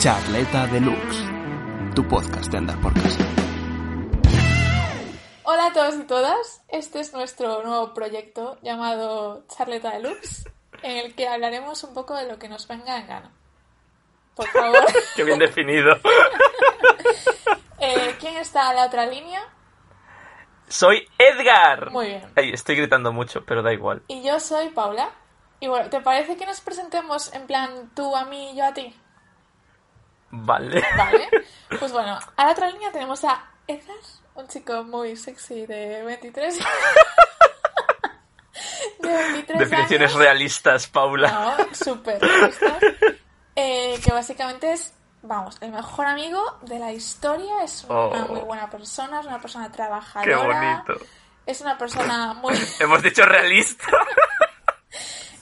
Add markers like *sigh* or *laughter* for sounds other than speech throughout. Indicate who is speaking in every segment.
Speaker 1: Charleta Deluxe, tu podcast de andar por casa.
Speaker 2: Hola a todos y todas, este es nuestro nuevo proyecto llamado Charleta Deluxe, en el que hablaremos un poco de lo que nos venga en gana. Por favor,
Speaker 3: Qué bien definido.
Speaker 2: eh, ¿quién está a la otra línea?
Speaker 3: Soy Edgar.
Speaker 2: Muy bien.
Speaker 3: Ay, estoy gritando mucho, pero da igual.
Speaker 2: Y yo soy Paula. Y bueno, ¿te parece que nos presentemos en plan tú a mí y yo a ti? *laughs*
Speaker 3: Vale.
Speaker 2: Vale. Pues bueno, a la otra línea tenemos a Edgar, un chico muy sexy de 23. *laughs* de 23
Speaker 3: Definiciones
Speaker 2: años.
Speaker 3: realistas, Paula. *laughs*
Speaker 2: No, súper realista. Eh, que básicamente es, vamos, el mejor amigo de la historia. Es una
Speaker 3: Oh.
Speaker 2: muy buena persona, es una persona
Speaker 3: Qué
Speaker 2: trabajadora.
Speaker 3: bonito. Em.
Speaker 2: Es una persona
Speaker 3: *laughs*
Speaker 2: muy...
Speaker 3: Hemos dicho realista.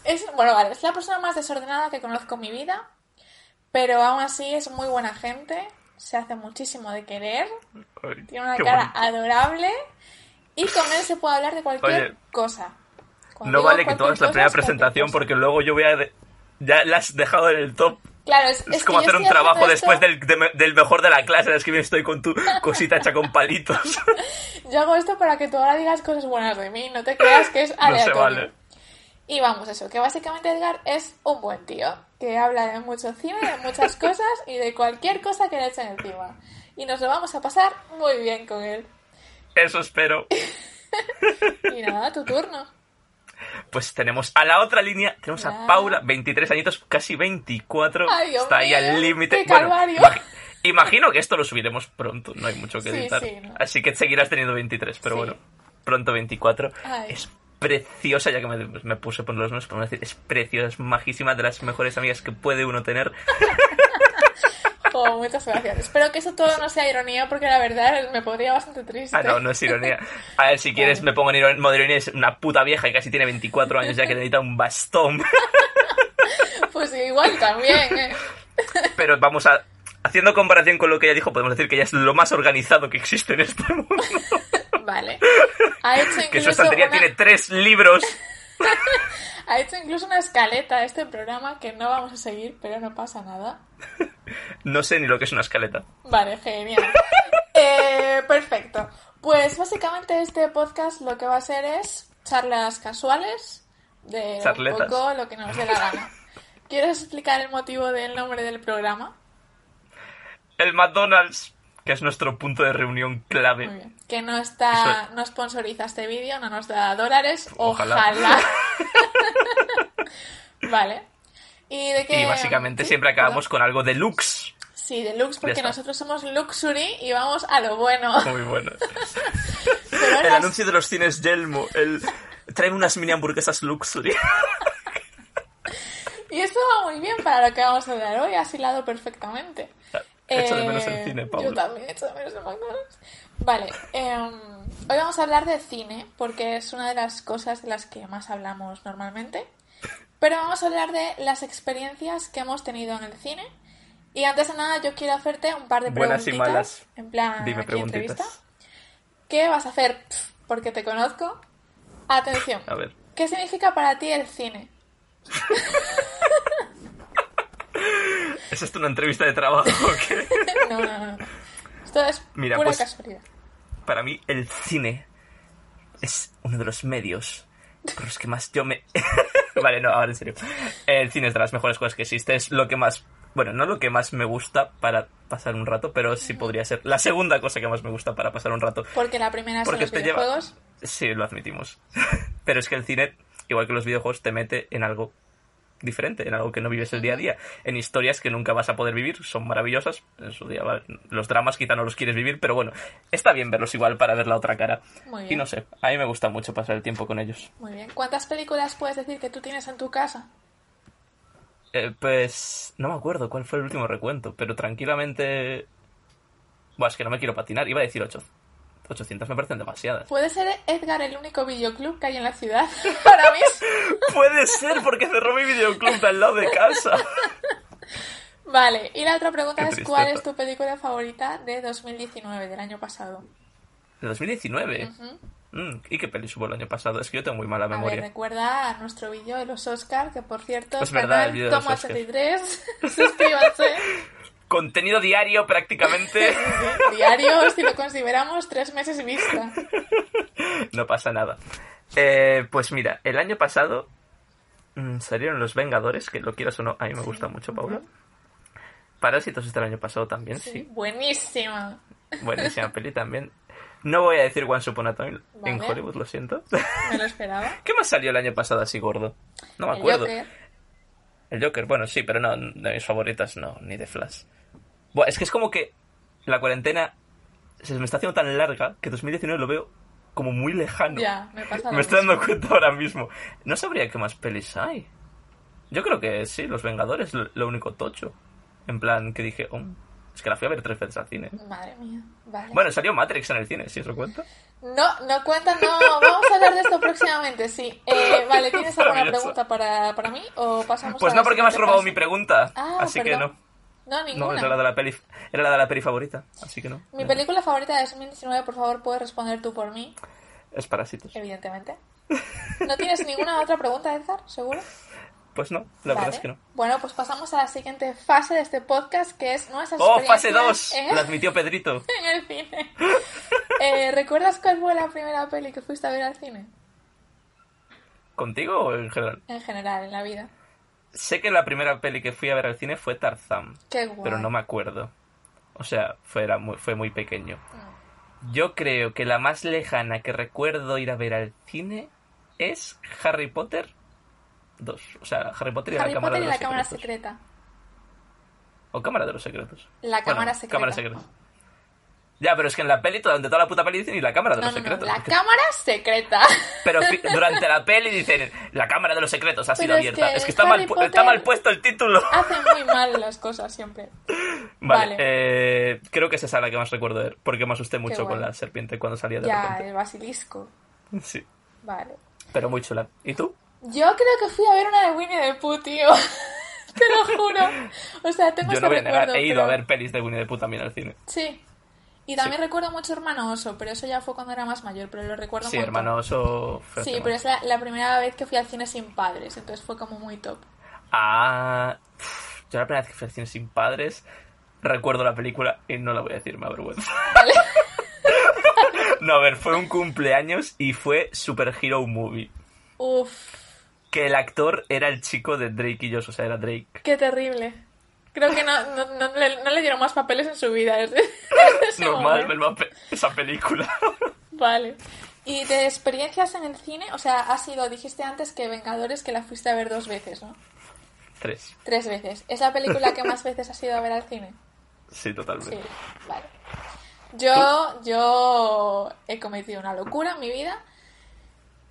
Speaker 2: Es, bueno, vale, es la persona más desordenada que conozco en mi vida. Pero aún así es muy buena gente. Se hace muchísimo de querer.
Speaker 3: Ay,
Speaker 2: *laughs* Tiene una
Speaker 3: qué
Speaker 2: cara
Speaker 3: bonito.
Speaker 2: adorable. Y con él se puede hablar de cualquier
Speaker 3: Oye,
Speaker 2: cosa. Cuando
Speaker 3: No
Speaker 2: digo
Speaker 3: vale que tú
Speaker 2: cualquier
Speaker 3: hagas la
Speaker 2: cosa,
Speaker 3: primera
Speaker 2: es pues, cualquier
Speaker 3: presentación
Speaker 2: cosa.
Speaker 3: porque luego yo voy a... de- Ya la has dejado en el top.
Speaker 2: Claro, es,
Speaker 3: Es
Speaker 2: que
Speaker 3: como
Speaker 2: yo
Speaker 3: hacer un
Speaker 2: estoy haciendo
Speaker 3: trabajo
Speaker 2: esto-
Speaker 3: después del, de- del mejor de la clase. Es que bien estoy con tu cosita hecha con
Speaker 2: *laughs*
Speaker 3: palitos.
Speaker 2: Yo hago esto para que tú ahora digas cosas buenas de mí, no te creas que es
Speaker 3: *laughs* No se
Speaker 2: aleatorio.
Speaker 3: vale.
Speaker 2: Y vamos, eso, que básicamente Edgar es un buen tío, que habla de mucho cine, de
Speaker 3: *laughs*
Speaker 2: muchas cosas y de cualquier cosa que le echen encima. Y nos lo vamos a pasar muy bien con él.
Speaker 3: Eso espero.
Speaker 2: Y nada, tu turno.
Speaker 3: Pues tenemos a la otra línea, tenemos
Speaker 2: Ah.
Speaker 3: a Paula, 23 añitos, casi 24.
Speaker 2: Ay, Dios
Speaker 3: está ahí
Speaker 2: mío,
Speaker 3: al límite.
Speaker 2: qué calvario.
Speaker 3: imagi- imagino que esto lo subiremos pronto, no hay mucho que
Speaker 2: Sí,
Speaker 3: editar.
Speaker 2: sí, no.
Speaker 3: Así que seguirás teniendo 23, pero
Speaker 2: Sí.
Speaker 3: bueno, pronto 24.
Speaker 2: Ay.
Speaker 3: Es preciosa, ya que me, me puse por los nombres, podemos decir, es preciosa, es majísima, de las mejores amigas que puede uno tener.
Speaker 2: Jo, muchas gracias. Espero que eso todo no sea ironía, porque la verdad me podría bastante triste.
Speaker 3: Ah, no, no es ironía. A ver, si quieres
Speaker 2: Vale.
Speaker 3: me pongo en iro- modo ironía, es una puta vieja que casi tiene 24 años ya que necesita un bastón.
Speaker 2: *laughs* Pues igual también, ¿eh?
Speaker 3: Pero vamos a. Haciendo comparación con lo que ella dijo, podemos decir que ella es lo más organizado que existe en este mundo.
Speaker 2: Vale.
Speaker 3: *laughs*
Speaker 2: Ha hecho incluso
Speaker 3: Que su estantería
Speaker 2: una-
Speaker 3: tiene tres libros.
Speaker 2: Ha hecho incluso una escaleta de este programa que no vamos a seguir, pero no pasa nada.
Speaker 3: No sé ni lo que es una escaleta.
Speaker 2: Vale, *laughs* genial. Eh, perfecto. Pues básicamente este podcast lo que va a ser es charlas casuales de
Speaker 3: Charletas.
Speaker 2: un poco lo que nos dé la
Speaker 3: *laughs*
Speaker 2: gana. ¿Quieres explicar el motivo del nombre del programa?
Speaker 3: El McDonald's, que es nuestro punto de reunión
Speaker 2: Muy
Speaker 3: clave.
Speaker 2: bien. Que no está, no sponsoriza este vídeo, no nos da dólares. Ojalá.
Speaker 3: Ojalá. *laughs*
Speaker 2: vale. ¿Y de qué?
Speaker 3: Y básicamente
Speaker 2: Eh, sí,
Speaker 3: siempre acabamos
Speaker 2: perdón.
Speaker 3: con algo deluxe.
Speaker 2: Sí, deluxe, porque
Speaker 3: está.
Speaker 2: nosotros somos luxury y vamos a lo
Speaker 3: *laughs*
Speaker 2: bueno.
Speaker 3: Muy bueno.
Speaker 2: Pero
Speaker 3: El
Speaker 2: las-
Speaker 3: anuncio de los cines Yelmo. El... Traen unas mini hamburguesas luxury.
Speaker 2: Y eso va muy bien para lo que vamos a hablar hoy, has hilado perfectamente.
Speaker 3: Ah, Echo de menos
Speaker 2: Eh,
Speaker 3: el cine,
Speaker 2: Yo
Speaker 3: Paula.
Speaker 2: también echo de menos el McDonald's. Vale, em, hoy vamos a hablar de cine, porque es una de las cosas de las que más hablamos normalmente. Pero vamos a hablar de las experiencias que hemos tenido en el cine. Y antes de nada, yo quiero hacerte un par de preguntitas.
Speaker 3: Buenas y malas.
Speaker 2: En plan,
Speaker 3: Dime
Speaker 2: aquí Ah, entrevista.
Speaker 3: preguntitas.
Speaker 2: ¿Qué vas a hacer? Pff, Porque te conozco. Atención.
Speaker 3: A ver.
Speaker 2: ¿Qué significa para ti el cine?
Speaker 3: ¿Es esto una entrevista de trabajo o qué?
Speaker 2: *laughs* No, no, no. no. Esto es
Speaker 3: Mira,
Speaker 2: pura
Speaker 3: pues-
Speaker 2: casualidad.
Speaker 3: para mí el cine es uno de los medios por los que más yo me... *laughs* vale, no, ahora en serio. El cine es de las mejores cosas que existe, es lo que más... Bueno, no lo que más me gusta para pasar un rato, pero sí podría ser la segunda cosa que más me gusta para pasar un rato.
Speaker 2: Porque la primera son
Speaker 3: Porque
Speaker 2: los
Speaker 3: te lleva-
Speaker 2: videojuegos.
Speaker 3: Sí, lo admitimos. *laughs* pero es que el cine, igual que los videojuegos, te mete en algo diferente, en algo que no vives el día a día, en historias que nunca vas a poder vivir, son maravillosas, en su día, vale. los dramas quizá no los quieres vivir, pero bueno, está bien verlos igual para ver la otra cara.
Speaker 2: Muy bien.
Speaker 3: Y no sé, a mí me gusta mucho pasar el tiempo con ellos.
Speaker 2: Muy bien. ¿Cuántas películas puedes decir que tú tienes en tu casa?
Speaker 3: Eh, pues no me acuerdo cuál fue el último recuento, pero tranquilamente... Buah, es que no me quiero patinar, iba a decir 8. 800 me
Speaker 2: *laughs*
Speaker 3: parecen demasiadas.
Speaker 2: ¿Puede ser Edgar el único videoclub que hay en la ciudad *laughs* ahora mismo?
Speaker 3: Puede ser porque cerró mi videoclub de al lado de casa.
Speaker 2: Vale, y la otra pregunta
Speaker 3: Qué
Speaker 2: es ¿cuál es
Speaker 3: tristeza.
Speaker 2: tu película favorita de 2019, del año pasado?
Speaker 3: ¿De 2019?
Speaker 2: Ujú.
Speaker 3: Mm, ¿Y qué peli subo el año pasado? Es que yo tengo muy mala
Speaker 2: A ver,
Speaker 3: memoria.
Speaker 2: recuerda a nuestro vídeo de los Oscar, que por cierto,
Speaker 3: Es verdad, el
Speaker 2: canal
Speaker 3: vídeo de los
Speaker 2: Toma
Speaker 3: Oscar.
Speaker 2: 83, *laughs* suscríbanse,
Speaker 3: *laughs* Contenido diario
Speaker 2: *laughs*
Speaker 3: prácticamente.
Speaker 2: diario, si lo consideramos, tres meses vista.
Speaker 3: No pasa nada. Eh, pues mira, el año pasado mm, salieron Los Vengadores, que lo quieras o no, a mí me gusta mucho, Paula. Parásitos está el año pasado también,
Speaker 2: Sí,
Speaker 3: sí.
Speaker 2: buenísima.
Speaker 3: Buenísima peli también. No voy a decir Once Upon a Time en
Speaker 2: Vale.
Speaker 3: Hollywood, lo siento. *laughs*
Speaker 2: Me lo esperaba.
Speaker 3: ¿Qué más salió el año pasado así gordo? No me
Speaker 2: El
Speaker 3: acuerdo.
Speaker 2: Joker.
Speaker 3: El Joker, bueno, sí, pero no, de mis favoritas no, ni de Flash. Buah, es que es como que la cuarentena se me está haciendo tan larga que 2019 lo veo como muy lejano.
Speaker 2: Ya, me pasa lo
Speaker 3: Me estoy dando
Speaker 2: mismo.
Speaker 3: cuenta ahora mismo. No sabría qué más pelis hay. Yo creo que sí, Los Vengadores, lo lo único tocho. En plan, que dije, "Oh, es que la fui a ver tres veces al cine.
Speaker 2: Madre mía, vale.
Speaker 3: Bueno, salió Matrix en el cine, si eso cuenta.
Speaker 2: No, no cuenta, no. Vamos a hablar de esto próximamente, sí. Eh,
Speaker 3: *laughs*
Speaker 2: vale, ¿tienes alguna
Speaker 3: Maravilloso.
Speaker 2: pregunta para, para mí o pasamos
Speaker 3: Pues
Speaker 2: a
Speaker 3: no,
Speaker 2: la
Speaker 3: porque me has
Speaker 2: siguiente
Speaker 3: robado
Speaker 2: fase?
Speaker 3: mi pregunta.
Speaker 2: Ah,
Speaker 3: así que
Speaker 2: perdón.
Speaker 3: no.
Speaker 2: No,
Speaker 3: No,
Speaker 2: ninguna.
Speaker 3: era la de la peli, era la de la peli favorita, así que no.
Speaker 2: Mi película favorita de 2019, por favor, puedes responder tú por mí,
Speaker 3: Es Parásitos.
Speaker 2: evidentemente. ¿No tienes ninguna otra pregunta, Edgar? ¿Seguro?
Speaker 3: Pues no, la verdad
Speaker 2: Vale.
Speaker 3: es que no.
Speaker 2: Bueno, pues pasamos a la siguiente fase de este podcast, que es nuestras
Speaker 3: ¡Oh, fase 2!
Speaker 2: experiencias
Speaker 3: La
Speaker 2: en-
Speaker 3: admitió Pedrito.
Speaker 2: *laughs* en el cine. Eh, ¿Recuerdas cuál fue la primera peli que fuiste a ver al cine?
Speaker 3: ¿Contigo o en general?
Speaker 2: En general, en la vida.
Speaker 3: Sé que la primera peli que fui a ver al cine fue Tarzán.
Speaker 2: Qué guay.
Speaker 3: Pero no me acuerdo. O sea, fue, era muy, fue muy pequeño.
Speaker 2: Ah.
Speaker 3: Yo creo que la más lejana que recuerdo ir a ver al cine es Harry Potter 2. O sea, Harry Potter y
Speaker 2: Harry
Speaker 3: la Cámara
Speaker 2: Potter
Speaker 3: de
Speaker 2: y
Speaker 3: los
Speaker 2: la cámara
Speaker 3: Secretos.
Speaker 2: secreta.
Speaker 3: O Cámara de los Secretos.
Speaker 2: La
Speaker 3: Bueno,
Speaker 2: Cámara Secreta.
Speaker 3: Cámara Secreta. Ya, pero es que en la peli, durante toda la puta peli dicen y la Cámara de
Speaker 2: No,
Speaker 3: los
Speaker 2: no, no,
Speaker 3: Secretos.
Speaker 2: la
Speaker 3: porque-
Speaker 2: cámara secreta. *laughs*
Speaker 3: Pero fi- durante la peli dicen, la cámara de los secretos ha
Speaker 2: Pero
Speaker 3: sido
Speaker 2: es
Speaker 3: abierta.
Speaker 2: que
Speaker 3: Es que, está, mal,
Speaker 2: Harry
Speaker 3: pu-
Speaker 2: Potter-
Speaker 3: está mal puesto el título.
Speaker 2: Hacen muy mal las cosas siempre.
Speaker 3: *laughs* Vale,
Speaker 2: Vale.
Speaker 3: eh, creo que es esa la que más recuerdo ver, porque me asusté mucho
Speaker 2: guay.
Speaker 3: con la serpiente cuando salía de
Speaker 2: Ya,
Speaker 3: repente.
Speaker 2: el basilisco.
Speaker 3: Sí,
Speaker 2: Vale.
Speaker 3: pero muy chula. ¿Y tú?
Speaker 2: Yo creo que fui a ver una de Winnie the Pooh, tío. *laughs* Te lo juro. O sea, tengo
Speaker 3: Yo
Speaker 2: ese
Speaker 3: no voy a
Speaker 2: recuerdo.
Speaker 3: negar, he ido
Speaker 2: pero-
Speaker 3: a ver pelis de Winnie the Pooh también al cine.
Speaker 2: Sí. Y también recuerdo mucho Hermano Oso, pero eso ya fue cuando era más mayor, pero lo recuerdo
Speaker 3: Sí,
Speaker 2: un montón.
Speaker 3: hermano, eso... fue
Speaker 2: Sí,
Speaker 3: hace
Speaker 2: pero es
Speaker 3: más.
Speaker 2: la, la primera vez que fui al cine sin padres, entonces fue como muy top.
Speaker 3: Ah... pff, Yo la primera vez que fui al cine sin padres, recuerdo la película y no la voy a decir, me avergüenza.
Speaker 2: Vale.
Speaker 3: *laughs* No, a ver, fue un cumpleaños y fue Super Hero Movie.
Speaker 2: Uf,
Speaker 3: que el actor era el chico de Drake y Josh, o sea, era Drake.
Speaker 2: qué terrible. Creo que no, no, no le, no le dieron más papeles en su vida. *laughs* desde- desde ese
Speaker 3: *laughs* Normal,
Speaker 2: momento.
Speaker 3: ver la pe- esa película. *laughs*
Speaker 2: Vale. ¿Y de experiencias en el cine? O sea, ha sido, dijiste antes que Vengadores que la fuiste a ver dos veces, ¿no?
Speaker 3: Tres.
Speaker 2: Tres veces. ¿Es la película que más veces has ido a ver al cine?
Speaker 3: Sí,
Speaker 2: Sí,
Speaker 3: totalmente.
Speaker 2: vale. Yo, yo he cometido una locura en mi vida.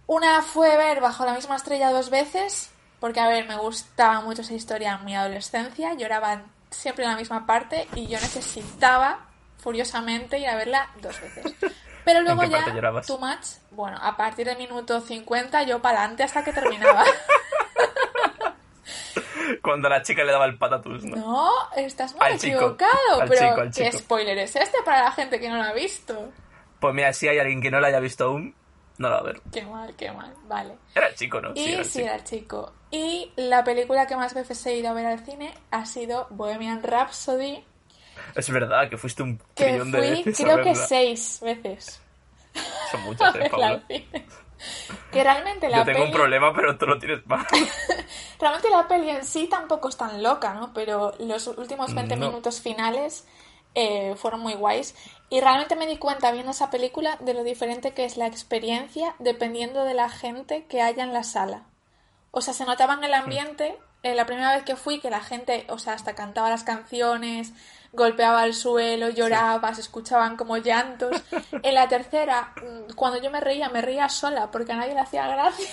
Speaker 2: Una fue ver Bajo la misma estrella dos veces, porque, a ver, me gustaba mucho esa historia en mi adolescencia. Lloraba siempre en la misma parte y yo necesitaba furiosamente ir a verla dos veces.
Speaker 3: *laughs*
Speaker 2: Pero luego
Speaker 3: qué parte
Speaker 2: ya,
Speaker 3: llorabas?
Speaker 2: too much. Bueno, a partir del minuto 50 yo para adelante hasta que terminaba.
Speaker 3: *laughs* Cuando a la chica le daba el patatus, ¿no?
Speaker 2: No, estás muy
Speaker 3: Al chico,
Speaker 2: equivocado.
Speaker 3: al
Speaker 2: pero,
Speaker 3: chico, al
Speaker 2: ¿qué
Speaker 3: chico.
Speaker 2: spoiler es este para la gente que no lo ha visto?
Speaker 3: Pues mira, si hay alguien que no la haya visto aún, no la va a ver.
Speaker 2: Qué mal, qué mal, vale.
Speaker 3: Era el chico, ¿no?
Speaker 2: Y sí,
Speaker 3: era
Speaker 2: era el
Speaker 3: el chico.
Speaker 2: chico. Y la película que más veces he ido a ver al cine ha sido Bohemian Rhapsody,
Speaker 3: Es verdad que fuiste un
Speaker 2: que
Speaker 3: trillón de
Speaker 2: fui
Speaker 3: veces. a
Speaker 2: creo que
Speaker 3: verla.
Speaker 2: seis veces
Speaker 3: Son
Speaker 2: a *laughs*
Speaker 3: muchas, ¿eh,
Speaker 2: verla
Speaker 3: Paula?
Speaker 2: al cine. Que realmente la,
Speaker 3: Yo tengo un
Speaker 2: peli,
Speaker 3: problema, pero tú lo
Speaker 2: *laughs*
Speaker 3: tienes mal.
Speaker 2: realmente la peli en sí tampoco es tan loca, ¿no? Pero los últimos 20
Speaker 3: No.
Speaker 2: minutos finales eh, fueron muy guays. Y realmente me di cuenta viendo esa película de lo diferente que es la experiencia dependiendo de la gente que haya en la sala. O sea, se notaba en el
Speaker 3: Hmm.
Speaker 2: ambiente, eh, la primera vez que fui, que la gente, o sea, hasta cantaba las canciones, golpeaba el suelo, lloraba, se escuchaban como llantos. En la tercera, mm, cuando yo me reía, me reía sola *laughs* porque a nadie le hacía gracia.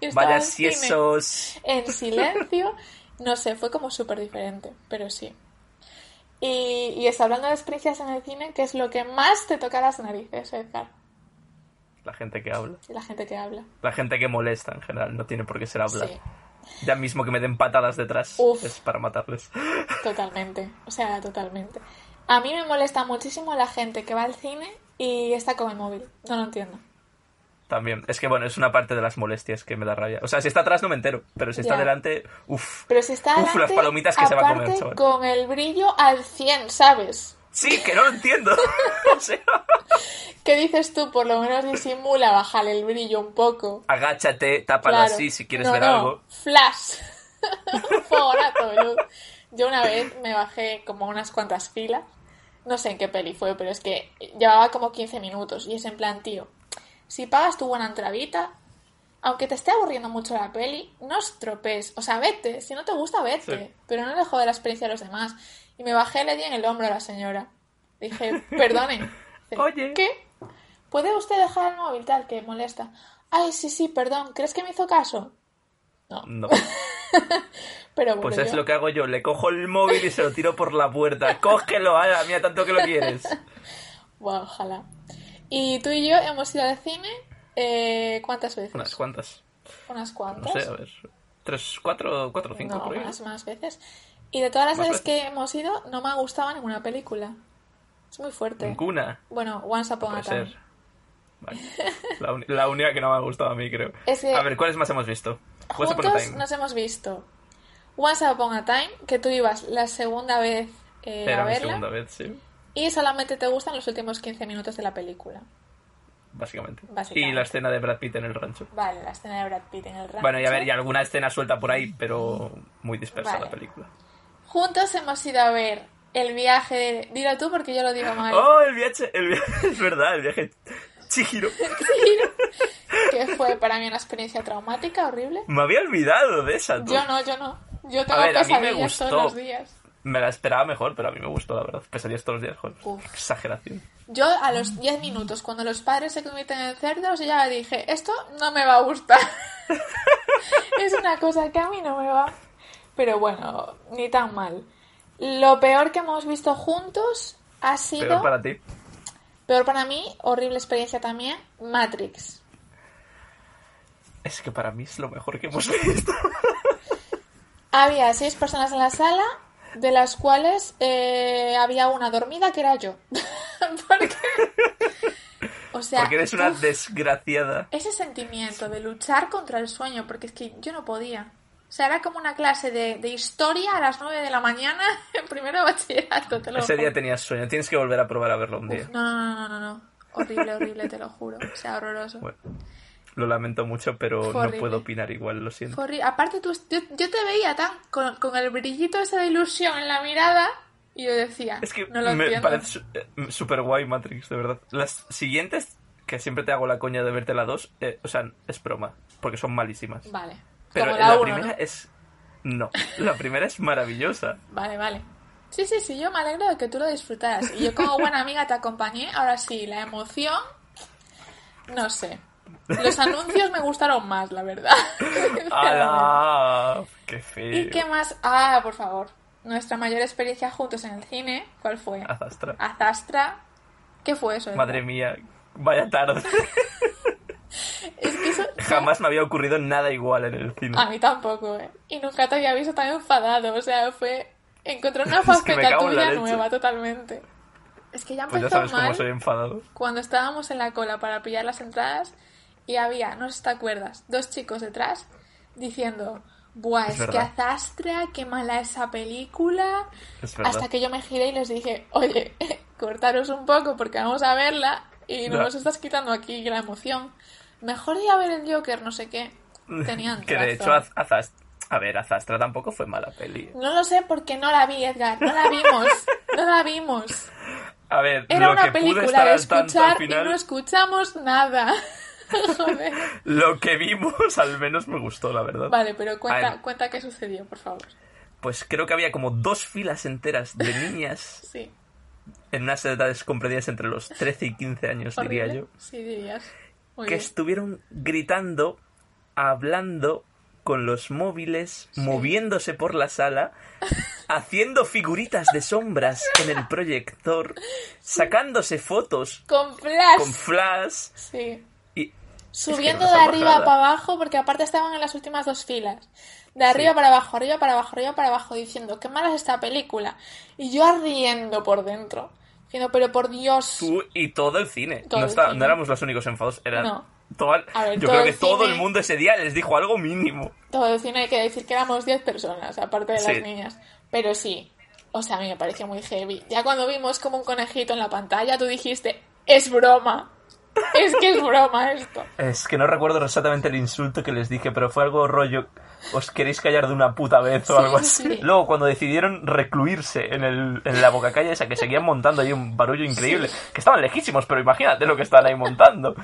Speaker 2: Y estaba
Speaker 3: Vaya
Speaker 2: en
Speaker 3: si
Speaker 2: cine
Speaker 3: *laughs* esos...
Speaker 2: en silencio No sé, fue como súper diferente, pero sí. Y, y está hablando de experiencias en el cine, que es lo que más te toca las narices, Edgar.
Speaker 3: La gente que habla.
Speaker 2: La gente que habla.
Speaker 3: La gente que molesta en general, no tiene por qué ser hablar.
Speaker 2: Sí,
Speaker 3: Ya mismo que me den patadas detrás,
Speaker 2: Uf.
Speaker 3: es para matarles.
Speaker 2: totalmente. O sea, totalmente. A mí me molesta muchísimo la gente que va al cine y está con el móvil. No lo entiendo.
Speaker 3: También. Es que bueno, es una parte de las molestias que me da rabia. O sea, si está atrás no me entero, pero si está
Speaker 2: Ya.
Speaker 3: delante, uff.
Speaker 2: Pero si está
Speaker 3: Uf,
Speaker 2: adelante,
Speaker 3: las palomitas que se va a comer,
Speaker 2: aparte,
Speaker 3: chaval.
Speaker 2: con el brillo al 100, ¿sabes?
Speaker 3: Sí, que no lo entiendo. *laughs* o sea,
Speaker 2: ¿Qué dices tú? Por lo menos disimula, bájale el brillo un poco.
Speaker 3: agáchate, tápalo
Speaker 2: Claro.
Speaker 3: así si quieres
Speaker 2: No,
Speaker 3: ver
Speaker 2: no,
Speaker 3: algo.
Speaker 2: Flash. *laughs* Fogonazo de luz. Yo una vez me bajé como unas cuantas filas. No sé en qué peli fue, pero es que llevaba como 15 minutos. Y es en plan, tío, si pagas tu buena entradita, aunque te esté aburriendo mucho la peli, no estropees. O sea, vete. Si no te gusta, vete.
Speaker 3: Sí.
Speaker 2: Pero no le jode la experiencia a los demás. Y me bajé, le di en el hombro a la señora.
Speaker 3: *laughs*
Speaker 2: Dije, perdone. Dice,
Speaker 3: Oye.
Speaker 2: ¿Qué? ¿Puede usted dejar el móvil tal que molesta? Ay, sí, sí, perdón. ¿Crees que me hizo caso? No.
Speaker 3: No.
Speaker 2: Pero bueno,
Speaker 3: Mm, Pues es
Speaker 2: yo-
Speaker 3: lo que hago yo. Le cojo el móvil y se lo tiro por la puerta. Cógelo, ala, mira tanto que lo quieres.
Speaker 2: Buah, ojalá. Y tú y yo hemos ido al cine, eh, ¿cuántas veces?
Speaker 3: Unas cuantas.
Speaker 2: Unas
Speaker 3: No
Speaker 2: cuantas.
Speaker 3: sé, a ver. Tres, cuatro, cuatro, cinco,
Speaker 2: No,
Speaker 3: por ahí.
Speaker 2: más, más veces. Y de todas las
Speaker 3: Más
Speaker 2: veces
Speaker 3: veces.
Speaker 2: que hemos ido, no me ha gustado ninguna película. Es muy fuerte.
Speaker 3: Ninguna.
Speaker 2: Bueno, Once Upon a
Speaker 3: Puede
Speaker 2: Time.
Speaker 3: ser. Vale. La, uni- la única que no me ha gustado a mí, creo.
Speaker 2: Es que-
Speaker 3: A ver, ¿cuáles más hemos visto? Once Upon a
Speaker 2: Juntos
Speaker 3: Time.
Speaker 2: nos hemos visto Once Upon a Time, que tú ibas la segunda vez eh,
Speaker 3: Era
Speaker 2: a
Speaker 3: mi
Speaker 2: verla,
Speaker 3: segunda vez, sí.
Speaker 2: y solamente te gustan los últimos 15 minutos de la película.
Speaker 3: Básicamente.
Speaker 2: Básicamente.
Speaker 3: Y la escena de Brad Pitt en el rancho.
Speaker 2: Vale, la escena de Brad Pitt en el rancho.
Speaker 3: Bueno, y a ver, y alguna escena suelta por ahí, pero muy dispersa
Speaker 2: Vale.
Speaker 3: la película.
Speaker 2: Juntos hemos ido a ver el viaje de... Dilo tú porque yo lo digo mal.
Speaker 3: *laughs* ¡Oh, el viaje! El viaje *laughs* es verdad, el viaje. Chihiro.
Speaker 2: que fue para mí una experiencia traumática, horrible.
Speaker 3: Me había olvidado de esa. tú.
Speaker 2: Yo no, yo no. Yo tengo
Speaker 3: A ver, a mí me
Speaker 2: pesadillas todos
Speaker 3: gustó.
Speaker 2: los días.
Speaker 3: Me la esperaba mejor, pero a mí me gustó, la verdad. Pesadillas todos los días, joder.
Speaker 2: Uf.
Speaker 3: Exageración.
Speaker 2: Yo a los 10 minutos, cuando los padres se convierten en cerdos, ya dije, esto no me va a gustar. *laughs* es una cosa que a mí no me va. Pero bueno, ni tan mal. Lo peor que hemos visto juntos ha sido,
Speaker 3: Peor para ti.
Speaker 2: peor para mí, horrible experiencia también, Matrix.
Speaker 3: Es que para mí es lo mejor que hemos *laughs* visto.
Speaker 2: Había seis personas en la sala, de las cuales eh, había una dormida que era yo. *laughs* Porque. O sea.
Speaker 3: Porque eres una
Speaker 2: uf,
Speaker 3: desgraciada.
Speaker 2: ese sentimiento de luchar contra el sueño, porque es que yo no podía. O sea, era como una clase de, de historia a las 9 de la mañana *laughs* en primero de bachillerato, te lo
Speaker 3: Ese día
Speaker 2: juro.
Speaker 3: tenías sueño. Tienes que volver a probar a verlo un día.
Speaker 2: Uf, no, no, no, no, no, no. Horrible, horrible, te lo juro. O sea, horroroso.
Speaker 3: Bueno, lo lamento mucho, pero
Speaker 2: Fue
Speaker 3: no
Speaker 2: horrible.
Speaker 3: puedo opinar igual, lo siento.
Speaker 2: Fue horrible. Aparte, tú, yo, yo te veía tan con, con el brillito ese de ilusión en la mirada y yo decía,
Speaker 3: Es que
Speaker 2: no lo
Speaker 3: me
Speaker 2: entiendo.
Speaker 3: parece su- eh, súper guay Matrix, de verdad. Las siguientes, que siempre te hago la coña de verte la 2, o sea, es broma, porque son malísimas.
Speaker 2: Vale.
Speaker 3: Pero
Speaker 2: Como
Speaker 3: la,
Speaker 2: la 1,
Speaker 3: primera es... No, la primera
Speaker 2: *laughs*
Speaker 3: es maravillosa.
Speaker 2: Vale, vale. Sí, sí, sí, yo me alegro de que tú lo disfrutaras. Y yo como buena amiga te acompañé. Ahora sí, la emoción... No sé. Los anuncios me gustaron más, la verdad. *laughs*
Speaker 3: ¡Hala! ¡Qué
Speaker 2: ¿Y
Speaker 3: feo!
Speaker 2: qué más? Ah, por favor. Nuestra mayor experiencia juntos en el cine. ¿Cuál fue?
Speaker 3: Azastra.
Speaker 2: Azastra. ¿Qué fue eso?
Speaker 3: Ah. Madre mía,
Speaker 2: *laughs*
Speaker 3: vaya tarde.
Speaker 2: Es que
Speaker 3: *laughs*
Speaker 2: eso-
Speaker 3: Jamás me había ocurrido nada igual en el cine.
Speaker 2: A mí tampoco, ¿eh? Y nunca te había visto tan enfadado, o sea, fue encontrar una
Speaker 3: *laughs* Es que me
Speaker 2: faceta
Speaker 3: cago en la
Speaker 2: tuya
Speaker 3: leche.
Speaker 2: nueva totalmente. Es que ya
Speaker 3: Pues
Speaker 2: empezó
Speaker 3: ya sabes
Speaker 2: mal
Speaker 3: cómo soy enfadado.
Speaker 2: cuando estábamos en la cola para pillar las entradas y había, no sé si te acuerdas, dos chicos detrás diciendo, buah,
Speaker 3: Es
Speaker 2: es, que
Speaker 3: verdad.
Speaker 2: azastra, qué mala esa película.
Speaker 3: Es verdad.
Speaker 2: Hasta que yo me giré y les dije, oye, *laughs* cortaros un poco porque vamos a verla y
Speaker 3: Ya.
Speaker 2: nos estás quitando aquí la emoción. Mejor ir a ver el Joker, no sé qué. Tenían
Speaker 3: *laughs* Que de hecho,
Speaker 2: razón.
Speaker 3: Az- Azast- A ver, Azastra tampoco fue mala peli.
Speaker 2: No lo sé porque no la vi, Edgar. No la vimos. No la vimos.
Speaker 3: A ver,
Speaker 2: Era
Speaker 3: lo
Speaker 2: una
Speaker 3: que pude
Speaker 2: película
Speaker 3: estar
Speaker 2: de
Speaker 3: al tanto al
Speaker 2: escuchar y
Speaker 3: final,
Speaker 2: no escuchamos nada.
Speaker 3: *laughs*
Speaker 2: Joder.
Speaker 3: lo que vimos al menos me gustó, la verdad.
Speaker 2: Vale, pero cuenta,
Speaker 3: A ver.
Speaker 2: cuenta qué sucedió, por favor.
Speaker 3: Pues creo que había como dos filas enteras de niñas *laughs*
Speaker 2: Sí.
Speaker 3: en unas edades comprendidas entre los 13 y 15 años,
Speaker 2: Horrible.
Speaker 3: Pues diría yo,
Speaker 2: Sí, dirías. Muy
Speaker 3: que
Speaker 2: bien.
Speaker 3: estuvieron gritando, hablando con los móviles, moviéndose por
Speaker 2: *laughs*
Speaker 3: la sala, haciendo figuritas de sombras en el proyector, sacándose fotos
Speaker 2: Con flash.
Speaker 3: con flash
Speaker 2: Sí.
Speaker 3: y...
Speaker 2: Subiendo
Speaker 3: no
Speaker 2: de
Speaker 3: se
Speaker 2: arriba
Speaker 3: aguanta nada.
Speaker 2: para abajo, porque aparte estaban en las últimas dos filas. De arriba para abajo, arriba para abajo, arriba para abajo, diciendo, qué mala es esta película. Y yo ardiendo por dentro. Diciendo, pero por Dios.
Speaker 3: Tú y todo el cine.
Speaker 2: Todo
Speaker 3: no,
Speaker 2: el
Speaker 3: está-
Speaker 2: cine.
Speaker 3: no éramos los únicos enfadados. Era
Speaker 2: No.
Speaker 3: toda-
Speaker 2: A ver,
Speaker 3: yo
Speaker 2: todo
Speaker 3: creo que
Speaker 2: el
Speaker 3: todo
Speaker 2: cine.
Speaker 3: el mundo ese día les dijo algo mínimo.
Speaker 2: Todo el cine hay que decir que éramos 10 personas, aparte de
Speaker 3: Sí.
Speaker 2: las niñas. Pero sí, o sea, a mí me pareció muy heavy. Ya cuando vimos como un conejito en la pantalla, tú dijiste, es broma. Es que es broma esto. *laughs*
Speaker 3: Es que no recuerdo exactamente el insulto que les dije, pero fue algo rollo. Os queréis callar de una puta vez o
Speaker 2: Sí,
Speaker 3: algo
Speaker 2: sí,
Speaker 3: así.
Speaker 2: sí.
Speaker 3: Luego, cuando decidieron recluirse en, el, en la bocacalle esa, que seguían montando ahí un barullo increíble, que estaban lejísimos, pero imagínate lo que estaban ahí montando.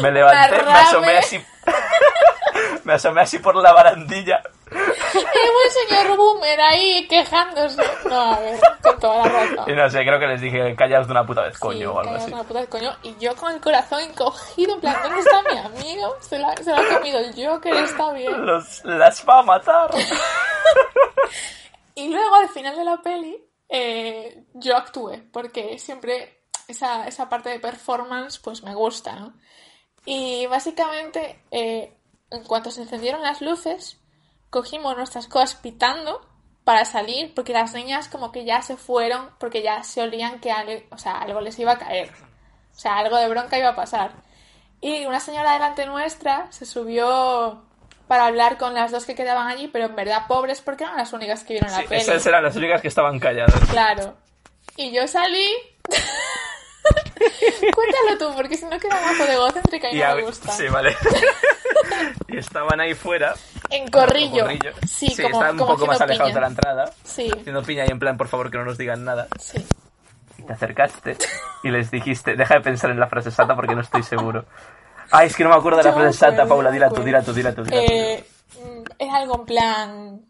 Speaker 3: Me levanté, me
Speaker 2: rave.
Speaker 3: asomé así. *laughs* me asomé así por la barandilla.
Speaker 2: Y el señor Boomer ahí quejándose. No, a ver, con toda la razón.
Speaker 3: Y no sé, creo que les dije, callaos de una puta vez, coño,
Speaker 2: Sí,
Speaker 3: o algo
Speaker 2: callaos
Speaker 3: así.
Speaker 2: una puta del coño. Y yo con el corazón encogido, en plan, ¿dónde está mi amigo? Se la, se la ha comido el Joker, está bien.
Speaker 3: Los, las va a matar.
Speaker 2: Ah, Y luego al final de la peli, eh, yo actué, porque siempre esa, esa parte de performance pues me gusta, ¿no? Y básicamente, eh, en cuanto se encendieron las luces, cogimos nuestras cosas pitando para salir, porque las niñas como que ya se fueron, porque ya se olían que algo, o sea, algo les iba a caer. O sea, algo de bronca iba a pasar. Y una señora delante nuestra se subió para hablar con las dos que quedaban allí, pero en verdad pobres porque eran las únicas que vieron la
Speaker 3: Sí,
Speaker 2: peli.
Speaker 3: esas eran las únicas que estaban calladas.
Speaker 2: Claro. Y yo salí. *laughs* Cuéntalo tú, porque si no queda más egocéntrica y,
Speaker 3: Y
Speaker 2: no
Speaker 3: a-
Speaker 2: me gusta.
Speaker 3: Sí,
Speaker 2: *laughs*
Speaker 3: vale. y estaban ahí fuera.
Speaker 2: En corrillo.
Speaker 3: corrillo.
Speaker 2: Sí, como,
Speaker 3: estaban
Speaker 2: como
Speaker 3: un poco más
Speaker 2: haciendo
Speaker 3: alejados
Speaker 2: piña.
Speaker 3: de la entrada.
Speaker 2: Sí,
Speaker 3: Haciendo piña y en plan, por favor, que no nos digan nada.
Speaker 2: sí.
Speaker 3: Y te acercaste y les dijiste, deja de pensar en la frase sata porque no estoy seguro. Ay, es que no me acuerdo de la
Speaker 2: Yo
Speaker 3: frase sata,
Speaker 2: acuerdo,
Speaker 3: Paula.
Speaker 2: yo
Speaker 3: Dila tú,
Speaker 2: acuerdo.
Speaker 3: dila tú, dila tú. dila tú.
Speaker 2: Eh, mm, era algo en plan.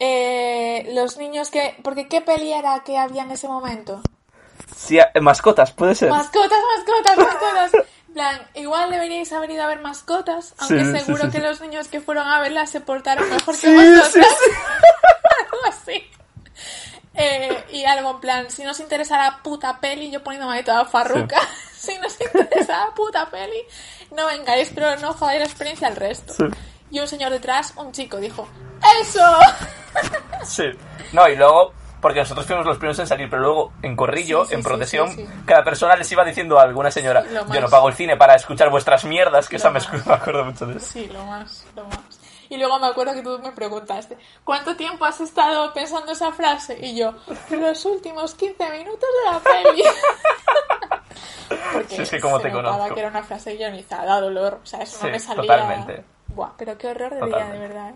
Speaker 2: eh, los niños que. Porque ¿qué peli era que había en ese momento?
Speaker 3: Sí, eh, mascotas, puede ser.
Speaker 2: Mascotas, mascotas,
Speaker 3: *laughs*
Speaker 2: mascotas. En plan, igual deberíais haber ido a ver mascotas, aunque
Speaker 3: Sí, sí,
Speaker 2: seguro
Speaker 3: sí,
Speaker 2: que
Speaker 3: sí.
Speaker 2: los niños que fueron a verla se portaron mejor
Speaker 3: Sí,
Speaker 2: que mascotas.
Speaker 3: sí, sí.
Speaker 2: *laughs* algo así. Eh, y algo en plan, si nos interesa la puta peli, yo poniéndome toda farruca, *laughs* si nos interesa la puta peli, no vengáis, pero no jodáis la experiencia al resto.
Speaker 3: Sí.
Speaker 2: Y un señor detrás, un chico, dijo, ¡Eso!
Speaker 3: Sí. No, y luego, porque nosotros fuimos los primeros en salir, pero luego en corrillo,
Speaker 2: Sí, sí,
Speaker 3: en
Speaker 2: sí,
Speaker 3: protección,
Speaker 2: sí, sí.
Speaker 3: cada persona les iba diciendo algo. Una señora,
Speaker 2: Sí, lo más.
Speaker 3: yo no pago el cine para escuchar vuestras mierdas, que
Speaker 2: Lo
Speaker 3: esa me,
Speaker 2: más.
Speaker 3: *laughs* me acuerdo mucho de eso.
Speaker 2: Sí, lo más, lo más. Y luego me acuerdo que tú me preguntaste, ¿cuánto tiempo has estado pensando esa frase? Y yo, los últimos 15 minutos de la
Speaker 3: *laughs*
Speaker 2: peli. Porque
Speaker 3: Sí, es que como
Speaker 2: se
Speaker 3: te
Speaker 2: notaba
Speaker 3: conozco.
Speaker 2: que era una frase guionizada, dolor. O sea, eso
Speaker 3: Sí,
Speaker 2: no me salía.
Speaker 3: totalmente.
Speaker 2: Buah, pero qué horror de día, de
Speaker 3: Totalmente.
Speaker 2: verdad. ¿eh?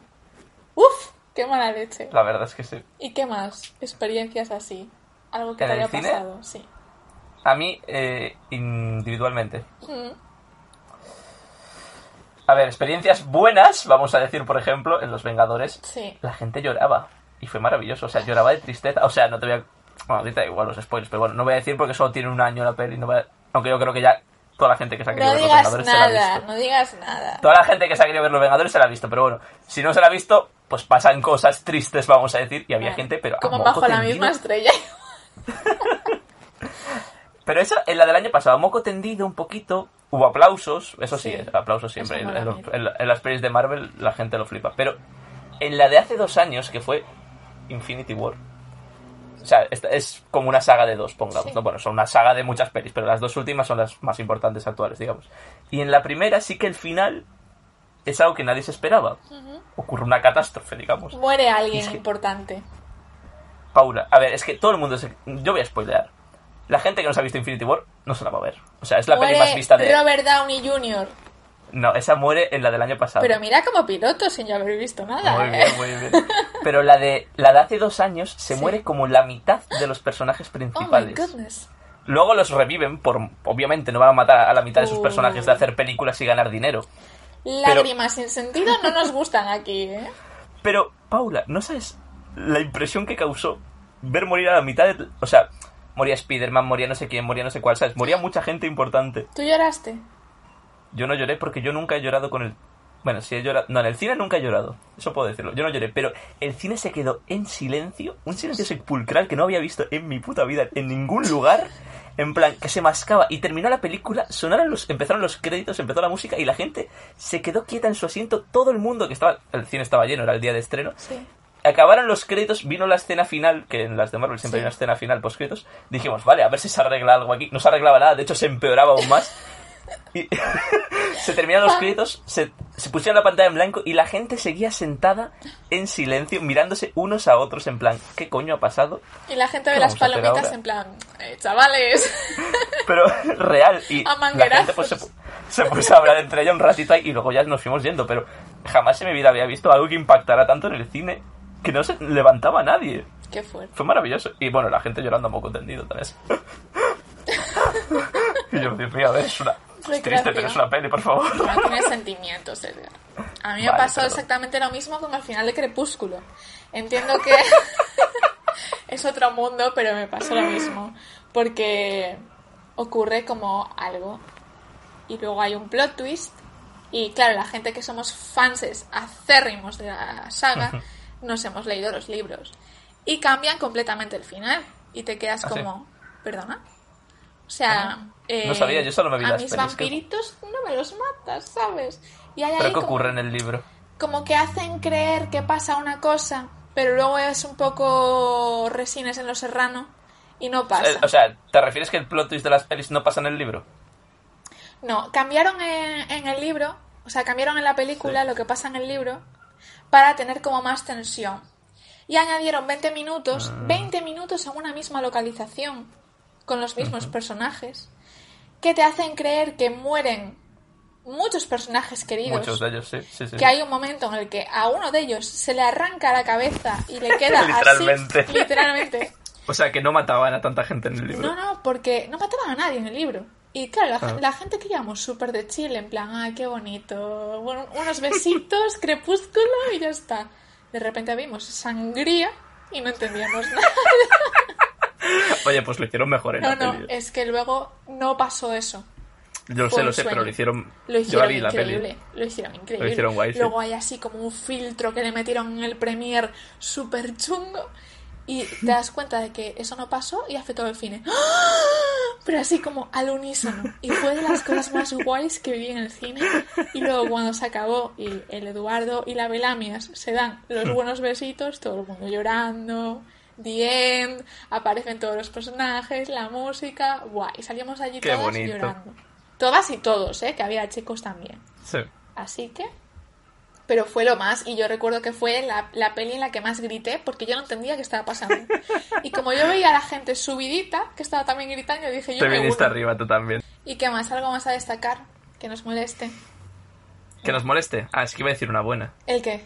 Speaker 2: Uf, qué mala leche.
Speaker 3: La verdad es que sí.
Speaker 2: ¿Y qué más? Experiencias así. Algo que
Speaker 3: ¿En
Speaker 2: te
Speaker 3: el
Speaker 2: haya
Speaker 3: cine?
Speaker 2: pasado, sí.
Speaker 3: A mí, eh, individualmente.
Speaker 2: Mm.
Speaker 3: A ver, experiencias buenas, vamos a decir, por ejemplo, en Los Vengadores,
Speaker 2: Sí.
Speaker 3: la gente lloraba. Y fue maravilloso, o sea, lloraba de tristeza. O sea, no te voy a... Bueno, ahorita igual los spoilers, pero bueno, no voy a decir porque solo tiene un año la peli. no voy a- Aunque yo creo que ya toda la gente que se ha querido
Speaker 2: No
Speaker 3: ver Los
Speaker 2: digas
Speaker 3: Vengadores se la ha
Speaker 2: nada,
Speaker 3: visto.
Speaker 2: no digas nada.
Speaker 3: Toda la gente que se ha querido ver Los Vengadores se la ha visto, pero bueno, si no se la ha visto, pues pasan cosas tristes, vamos a decir, y había
Speaker 2: Vale.
Speaker 3: gente, pero... a
Speaker 2: Como
Speaker 3: moco
Speaker 2: bajo la
Speaker 3: tendido.
Speaker 2: misma estrella.
Speaker 3: Pero esa es la del año pasado, moco tendido un poquito, hubo aplausos, eso sí,
Speaker 2: Sí.
Speaker 3: aplausos siempre.
Speaker 2: Eso
Speaker 3: En,
Speaker 2: mola
Speaker 3: en los-
Speaker 2: mucho.
Speaker 3: en la- en las pelis de Marvel la gente lo flipa, pero en la de hace dos años, que fue Infinity War, o sea, esta es como una saga de dos, pongamos.
Speaker 2: Sí.
Speaker 3: ¿no? Bueno, son una saga de muchas pelis, pero las dos últimas son las más importantes actuales, digamos. Y en la primera sí que el final es algo que nadie se esperaba. Ocurre una catástrofe, digamos.
Speaker 2: Muere
Speaker 3: Es
Speaker 2: alguien
Speaker 3: que-
Speaker 2: importante.
Speaker 3: Paula, a ver, es que todo el mundo se... Yo voy a spoilear. La gente que no se ha visto Infinity War no se la va a ver. O sea, es la
Speaker 2: Muere
Speaker 3: peli más vista de...
Speaker 2: Robert Downey Jr.
Speaker 3: No, esa muere en la del año pasado.
Speaker 2: Pero mira como piloto sin yo haber visto nada.
Speaker 3: muy
Speaker 2: ¿eh?
Speaker 3: bien, muy bien. Pero la de, la de hace dos años se
Speaker 2: Sí.
Speaker 3: muere como la mitad de los personajes
Speaker 2: Oh my
Speaker 3: principales.
Speaker 2: goodness.
Speaker 3: Luego los reviven, por obviamente no van a matar a la mitad de sus
Speaker 2: Uh.
Speaker 3: personajes de hacer películas y ganar dinero.
Speaker 2: Lágrimas sin sentido no nos gustan aquí, ¿eh?
Speaker 3: Pero, Paula, ¿no sabes la impresión que causó ver morir a la mitad de... O sea, moría Spider-Man, moría no sé quién, moría no sé cuál, ¿sabes? Moría mucha gente importante.
Speaker 2: ¿Tú lloraste?
Speaker 3: Yo no lloré porque yo nunca he llorado con el Bueno, sí he llorado. No, en el cine nunca he llorado. Eso puedo decirlo. Yo no lloré, pero el cine se quedó en silencio. Un silencio sepulcral que no había visto en mi puta vida en ningún lugar. En plan, que se mascaba. Y terminó la película, sonaron los, empezaron los créditos, empezó la música y la gente se quedó quieta en su asiento. Todo el mundo que estaba. El cine estaba lleno, era el día de estreno.
Speaker 2: Sí.
Speaker 3: Acabaron los créditos, vino la escena final, que en las de Marvel
Speaker 2: Sí.
Speaker 3: siempre hay una escena final post créditos. Dijimos, vale, a ver si se arregla algo aquí. No se arreglaba nada, de hecho se empeoraba aún más. Y *laughs* se terminaron los créditos, se, se pusieron la pantalla en blanco y la gente seguía sentada en silencio, mirándose unos a otros en plan, ¿qué coño ha pasado?
Speaker 2: Y la gente
Speaker 3: ¿Qué
Speaker 2: ve las
Speaker 3: vamos a hacer
Speaker 2: palomitas
Speaker 3: ahora?
Speaker 2: en plan, "Eh, chavales.
Speaker 3: *laughs* Pero real. Y
Speaker 2: A
Speaker 3: la gente pues, se, pu- se puso a hablar entre ella un ratito ahí y luego ya nos fuimos yendo. Pero jamás en mi vida había visto algo que impactara tanto en el cine que no se levantaba nadie.
Speaker 2: Qué fuerte.
Speaker 3: Fue maravilloso. Y bueno, la gente llorando a poco tendido, tal vez. *laughs* y yo decía, a ver, es una... Es triste,
Speaker 2: Recreación.
Speaker 3: pero es una peli,
Speaker 2: *laughs*
Speaker 3: por favor.
Speaker 2: No tiene sentimientos, Edgar. A mí me
Speaker 3: Vale,
Speaker 2: pasó
Speaker 3: perdón.
Speaker 2: exactamente lo mismo como al final de Crepúsculo. Entiendo
Speaker 3: *laughs*
Speaker 2: que es otro mundo, pero me pasó lo mismo. Porque ocurre como algo y luego hay un plot twist. Y claro, la gente que somos fanses acérrimos de la saga, nos hemos leído los libros. Y cambian completamente el final. Y te quedas
Speaker 3: ¿Ah, sí? Ah,
Speaker 2: como, ¿perdona? O sea, eh,
Speaker 3: No sabía, yo solo me vi
Speaker 2: a
Speaker 3: las
Speaker 2: mis
Speaker 3: pelis, que-
Speaker 2: vampiritos no me los matas, ¿sabes? Y hay
Speaker 3: Pero
Speaker 2: ahí
Speaker 3: ¿qué
Speaker 2: como,
Speaker 3: ocurre en el libro?
Speaker 2: como que hacen creer que pasa una cosa, pero luego es un poco resines en lo serrano y no pasa.
Speaker 3: Eh, O sea, ¿te refieres que el plot twist de las pelis no pasa en el libro?
Speaker 2: No, cambiaron en, en el libro, o sea, cambiaron en la película lo que pasa en el libro para tener como más tensión. Y añadieron 20 minutos,
Speaker 3: Ah.
Speaker 2: 20 minutos en una misma localización, con los mismos personajes, que te hacen creer que mueren muchos personajes queridos.
Speaker 3: Muchos de ellos, sí. sí, sí.
Speaker 2: Que hay un momento en el que a uno de ellos se le arranca la cabeza y le queda
Speaker 3: Literalmente.
Speaker 2: así, literalmente,
Speaker 3: O sea, que no mataban a tanta gente en el libro.
Speaker 2: no, no, porque no mataban a nadie en el libro. Y claro, la, gen-
Speaker 3: Ah.
Speaker 2: la gente que íbamos súper de Chile, en plan, ay, qué bonito, bueno, unos besitos, *laughs* crepúsculo y ya está. De repente vimos sangría y no entendíamos nada.
Speaker 3: Oye, pues lo hicieron mejor en
Speaker 2: No,
Speaker 3: la
Speaker 2: no,
Speaker 3: peli. eh.
Speaker 2: es que luego no pasó eso.
Speaker 3: Yo lo
Speaker 2: fue
Speaker 3: sé,
Speaker 2: un
Speaker 3: lo sé, pero
Speaker 2: sueño.
Speaker 3: lo hicieron...
Speaker 2: Lo
Speaker 3: yo
Speaker 2: hicieron
Speaker 3: la vi la peli.
Speaker 2: increíble, lo hicieron increíble.
Speaker 3: Lo hicieron guay, sí.
Speaker 2: Luego hay así como un filtro que le metieron en el premier súper chungo y te das cuenta de que eso no pasó y afectó el cine. ¡Ah! Pero así como al unísono. Y fue de las cosas más guays que viví en el cine. Y luego cuando se acabó y el Eduardo y la Belamias se dan los
Speaker 3: Hmm.
Speaker 2: buenos besitos, todo el mundo llorando. The end, aparecen todos los personajes, la música, guay. Salimos allí
Speaker 3: Qué
Speaker 2: todas
Speaker 3: bonito.
Speaker 2: llorando. Todas y todos, ¿eh? Que había chicos también.
Speaker 3: Sí.
Speaker 2: Así que... Pero fue lo más, y yo recuerdo que fue la, la peli en la que más grité, porque yo no entendía qué estaba pasando. Y como yo veía a la gente subidita, que estaba también gritando, dije yo
Speaker 3: Te
Speaker 2: me
Speaker 3: viniste
Speaker 2: uno.
Speaker 3: arriba tú también.
Speaker 2: ¿Y qué más? ¿Algo más a destacar? Que nos moleste.
Speaker 3: Que nos moleste. Ah, es que iba a decir una buena.
Speaker 2: ¿El qué?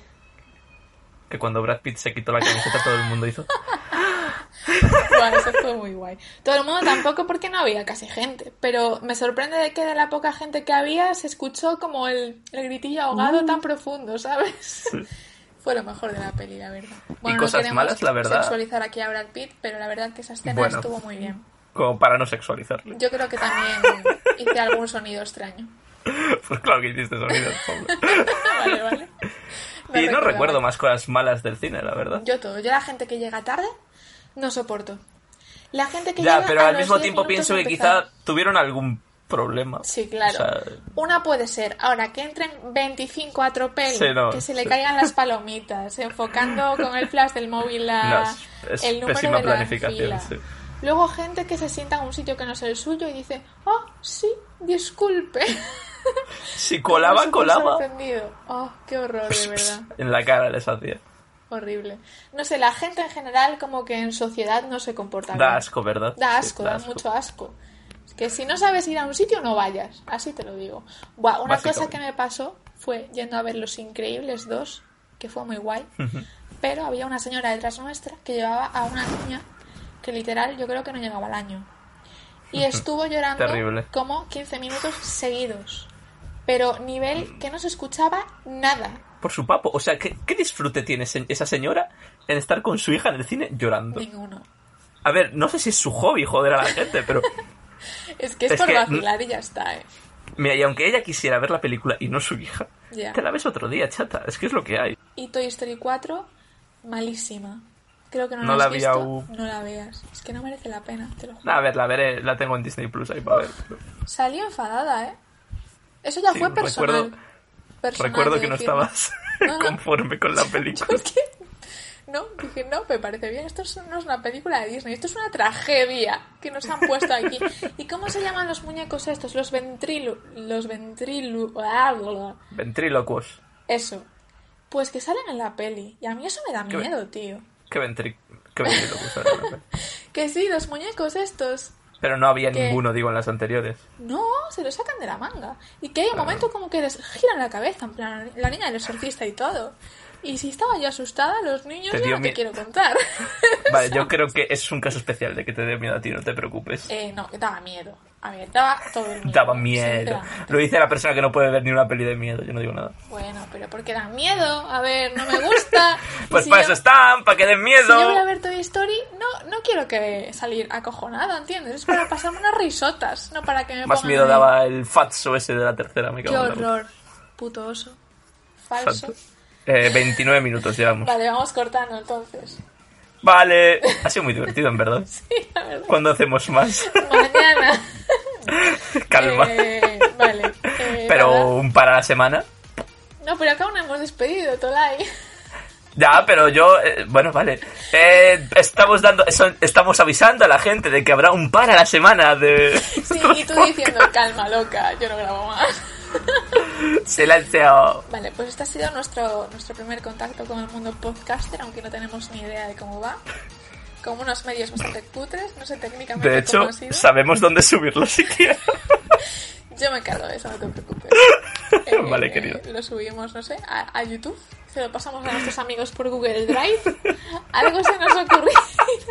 Speaker 3: Que cuando Brad Pitt se quitó la camiseta todo el mundo hizo...
Speaker 2: Guau, eso fue muy guay. Todo el mundo tampoco porque no había casi gente, pero me sorprende de que de la poca gente que había se escuchó como el, el gritillo ahogado tan profundo, ¿sabes? Fue lo mejor de la peli, la verdad. no
Speaker 3: cosas
Speaker 2: queremos
Speaker 3: malas, la verdad.
Speaker 2: sexualizar aquí a Brad Pitt, pero la verdad que esa escena
Speaker 3: Bueno.
Speaker 2: estuvo muy bien.
Speaker 3: Como para no sexualizarle.
Speaker 2: Yo creo que
Speaker 3: *laughs*
Speaker 2: también hice algún sonido extraño. *laughs*
Speaker 3: Pues claro que hiciste sonido. Pablo.
Speaker 2: vale,
Speaker 3: *laughs*
Speaker 2: vale.
Speaker 3: y no recuerdo
Speaker 2: más
Speaker 3: más cosas malas del cine, la verdad.
Speaker 2: Yo todo. Yo la gente que llega tarde no soporto. La gente que
Speaker 3: ya,
Speaker 2: llega
Speaker 3: pero
Speaker 2: a
Speaker 3: al
Speaker 2: los
Speaker 3: mismo
Speaker 2: 10
Speaker 3: tiempo
Speaker 2: minutos
Speaker 3: pienso
Speaker 2: de
Speaker 3: que
Speaker 2: empezar.
Speaker 3: quizá tuvieron algún problema.
Speaker 2: Sí, claro.
Speaker 3: O sea,
Speaker 2: Una puede ser. Ahora, que entren 25 a tropel,
Speaker 3: Sí, no,
Speaker 2: que se le
Speaker 3: sí.
Speaker 2: caigan las palomitas,
Speaker 3: *laughs*
Speaker 2: enfocando con el flash del móvil
Speaker 3: No,
Speaker 2: la,
Speaker 3: es- es
Speaker 2: el número
Speaker 3: pésima
Speaker 2: de la
Speaker 3: planificación,
Speaker 2: fila.
Speaker 3: sí.
Speaker 2: Luego gente que se sienta en un sitio que no es el suyo y dice, oh, sí, disculpe.
Speaker 3: si
Speaker 2: *laughs* Como
Speaker 3: *laughs* colaba,
Speaker 2: súper
Speaker 3: colaba.
Speaker 2: sorprendido. Oh, qué horror,
Speaker 3: *laughs*
Speaker 2: de verdad.
Speaker 3: En la cara les hacía.
Speaker 2: Horrible. No sé, la gente en general como que en sociedad no se comporta bien.
Speaker 3: Da asco, ¿verdad?
Speaker 2: Da
Speaker 3: Sí,
Speaker 2: asco, da, mucho asco. Es que si no sabes ir a un sitio, no vayas. Así te lo digo. Buah, una cosa
Speaker 3: Básicamente.
Speaker 2: que me pasó fue yendo a ver Los Increíbles 2, que fue muy guay. pero había una señora detrás nuestra que llevaba a una niña que literal yo creo que no llegaba al año. Y estuvo llorando
Speaker 3: Terrible.
Speaker 2: como 15 minutos seguidos. Pero nivel que no se escuchaba nada.
Speaker 3: Por su papo. O sea, ¿qué, qué disfrute tiene se- esa señora en estar con su hija en el cine llorando?
Speaker 2: Ninguno. *laughs*
Speaker 3: A ver, no sé si es su hobby joder a la gente, pero
Speaker 2: Es que es,
Speaker 3: Es
Speaker 2: por
Speaker 3: que-
Speaker 2: vacilar y ya está, ¿eh?
Speaker 3: Mira, y aunque ella quisiera ver la película y no su hija,
Speaker 2: Ya.
Speaker 3: te la ves otro día, chata. Es que es lo que hay.
Speaker 2: Y Toy Story 4, malísima. Creo que no,
Speaker 3: No
Speaker 2: la
Speaker 3: la
Speaker 2: has
Speaker 3: vi
Speaker 2: visto.
Speaker 3: aún.
Speaker 2: No la veas. Es que no merece la pena, te lo juro.
Speaker 3: Nah, a ver, la veré, la tengo en Disney Plus ahí para ver.
Speaker 2: Salí enfadada, ¿eh? Eso ya
Speaker 3: Sí,
Speaker 2: fue personal.
Speaker 3: recuerdo-
Speaker 2: Personal
Speaker 3: Recuerdo
Speaker 2: de
Speaker 3: que no
Speaker 2: *laughs* decirlo.
Speaker 3: estabas
Speaker 2: No, no.
Speaker 3: conforme con la película.
Speaker 2: Yo es que- No, dije, no, me parece bien. Esto es- no es una película de Disney, esto es una tragedia que nos han puesto aquí. ¿Y cómo se llaman los muñecos estos? Los ventrilu... Los ventrilu... ah, bla, bla.
Speaker 3: Ventrílocuos.
Speaker 2: Eso. Pues que salen en la peli. Y a mí eso me da
Speaker 3: ¿Qué?
Speaker 2: miedo, tío.
Speaker 3: Qué, ventri... qué ventrílocuos. era la peli.
Speaker 2: Que sí, los muñecos estos.
Speaker 3: Pero no había
Speaker 2: ¿Qué?
Speaker 3: ninguno, digo, en las anteriores.
Speaker 2: No, se lo sacan de la manga. Y que hay un momento como que les giran la cabeza, en plan, la niña del exorcista y todo. Y si estaba yo asustada, los niños
Speaker 3: Te
Speaker 2: ya
Speaker 3: dio
Speaker 2: no te
Speaker 3: mie-
Speaker 2: quiero contar. *laughs*
Speaker 3: Vale, yo creo que es un caso especial de que te dé miedo a ti, no te preocupes.
Speaker 2: Eh, no, que daba miedo. A ver, daba todo el miedo.
Speaker 3: Daba miedo.
Speaker 2: sinceramente.
Speaker 3: Lo dice la persona que no puede ver ni una peli de miedo, yo no digo nada.
Speaker 2: Bueno, pero porque da miedo. A ver, no me gusta.
Speaker 3: *laughs* Pues
Speaker 2: Si
Speaker 3: para
Speaker 2: yo-
Speaker 3: eso están, para que den miedo.
Speaker 2: Si yo voy a ver Toy Story, no, no quiero que salir acojonada, ¿entiendes? Es para pasarme unas risotas, no para que me
Speaker 3: Más
Speaker 2: pongan
Speaker 3: miedo
Speaker 2: ahí.
Speaker 3: daba el fatso ese de la tercera, me
Speaker 2: Qué
Speaker 3: cago en la
Speaker 2: horror. Puto oso.
Speaker 3: puta.
Speaker 2: Falso.
Speaker 3: Fatso. Eh, 29 minutos llevamos. Vale.
Speaker 2: Vale, vamos cortando entonces.
Speaker 3: Ha sido muy divertido, en verdad.
Speaker 2: *laughs* Sí, la verdad.
Speaker 3: ¿Cuándo
Speaker 2: *laughs*
Speaker 3: hacemos más?
Speaker 2: Mañana.
Speaker 3: Calma.
Speaker 2: Eh, vale. eh,
Speaker 3: Pero
Speaker 2: nada.
Speaker 3: un para la semana.
Speaker 2: No, pero acá aún no hemos despedido, Tolai.
Speaker 3: Ya, pero yo, eh, bueno, vale. Eh, estamos dando, son- estamos avisando a la gente de que habrá un para a la semana
Speaker 2: *laughs*
Speaker 3: de.
Speaker 2: Sí, y tú diciendo, calma, loca, yo no grabo más.
Speaker 3: *laughs* Silencio.
Speaker 2: Vale, pues este ha sido nuestro, nuestro primer contacto con el mundo podcaster, aunque no tenemos ni idea de cómo va. Con unos medios bastante putres, no sé técnicamente
Speaker 3: De hecho,
Speaker 2: cómo ha sido.
Speaker 3: sabemos dónde subirlo si quieres.
Speaker 2: Yo me encargo de eso, no te
Speaker 3: *laughs*
Speaker 2: preocupes. Eh,
Speaker 3: Vale, querido.
Speaker 2: Lo subimos, no sé, a, a YouTube. Se lo pasamos a nuestros amigos por Google Drive. Algo se nos ocurrió.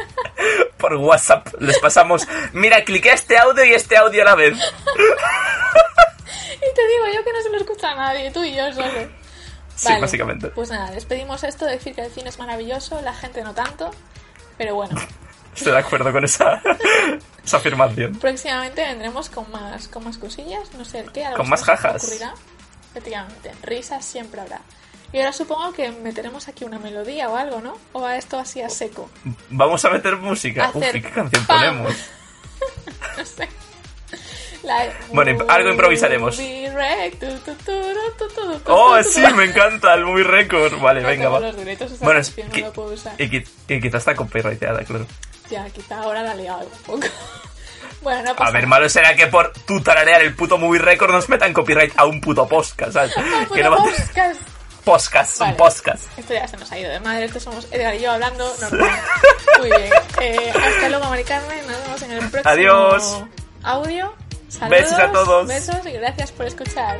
Speaker 3: *laughs* Por WhatsApp les pasamos. Mira, cliqué este audio y este audio a la vez.
Speaker 2: Y te digo yo que no se lo escucha a nadie, tú y yo solo. *laughs*
Speaker 3: Sí, básicamente.
Speaker 2: Pues nada, despedimos esto, decir que el cine es maravilloso, la gente no tanto. Pero
Speaker 3: *laughs*
Speaker 2: bueno,
Speaker 3: Estoy de acuerdo con esa, *laughs* esa afirmación.
Speaker 2: próximamente vendremos con más, con más cosillas, no sé el qué, algo
Speaker 3: Con
Speaker 2: se
Speaker 3: más
Speaker 2: nos
Speaker 3: jajas.
Speaker 2: ocurrirá. Efectivamente, risas siempre habrá. Y ahora supongo que meteremos aquí una melodía o algo, ¿no? O a esto así a seco.
Speaker 3: Vamos a meter música. Uf,
Speaker 2: Hacer
Speaker 3: ¿y ¿qué canción
Speaker 2: pam.
Speaker 3: ponemos?
Speaker 2: No sé. La de-
Speaker 3: Bueno, imp- algo improvisaremos.
Speaker 2: Movie wreck, tu, tu, tu, tu, tu, tu, tu, *laughs*
Speaker 3: Oh,
Speaker 2: tu, tu,
Speaker 3: sí,
Speaker 2: tu.
Speaker 3: me encanta el muy récord. Vale,
Speaker 2: No
Speaker 3: venga,
Speaker 2: tengo
Speaker 3: va.
Speaker 2: Ah, los derechos, esa
Speaker 3: Bueno, es
Speaker 2: canción,
Speaker 3: que-
Speaker 2: no la puedo usar.
Speaker 3: Y, qui- y quizás está copyrighteada, claro.
Speaker 2: Ya, quizá ahora la he liado un poco. *laughs* bueno, no pasa
Speaker 3: A ver,
Speaker 2: nada.
Speaker 3: malo será que por tu tararear el puto movie record nos metan copyright a un puto podcast, ¿sabes?
Speaker 2: *laughs* Ah, pues No,
Speaker 3: que
Speaker 2: pero
Speaker 3: va-
Speaker 2: podcast.
Speaker 3: Podcast,
Speaker 2: pues- Vale.
Speaker 3: un podcast.
Speaker 2: Esto ya se nos ha ido de madre, esto somos Edgar y yo hablando normal. Muy bien. Eh, hasta luego, Mari Carmen, nos vemos en el próximo
Speaker 3: Adiós.
Speaker 2: audio. Saludos,
Speaker 3: Besos a todos.
Speaker 2: Besos y gracias por escuchar.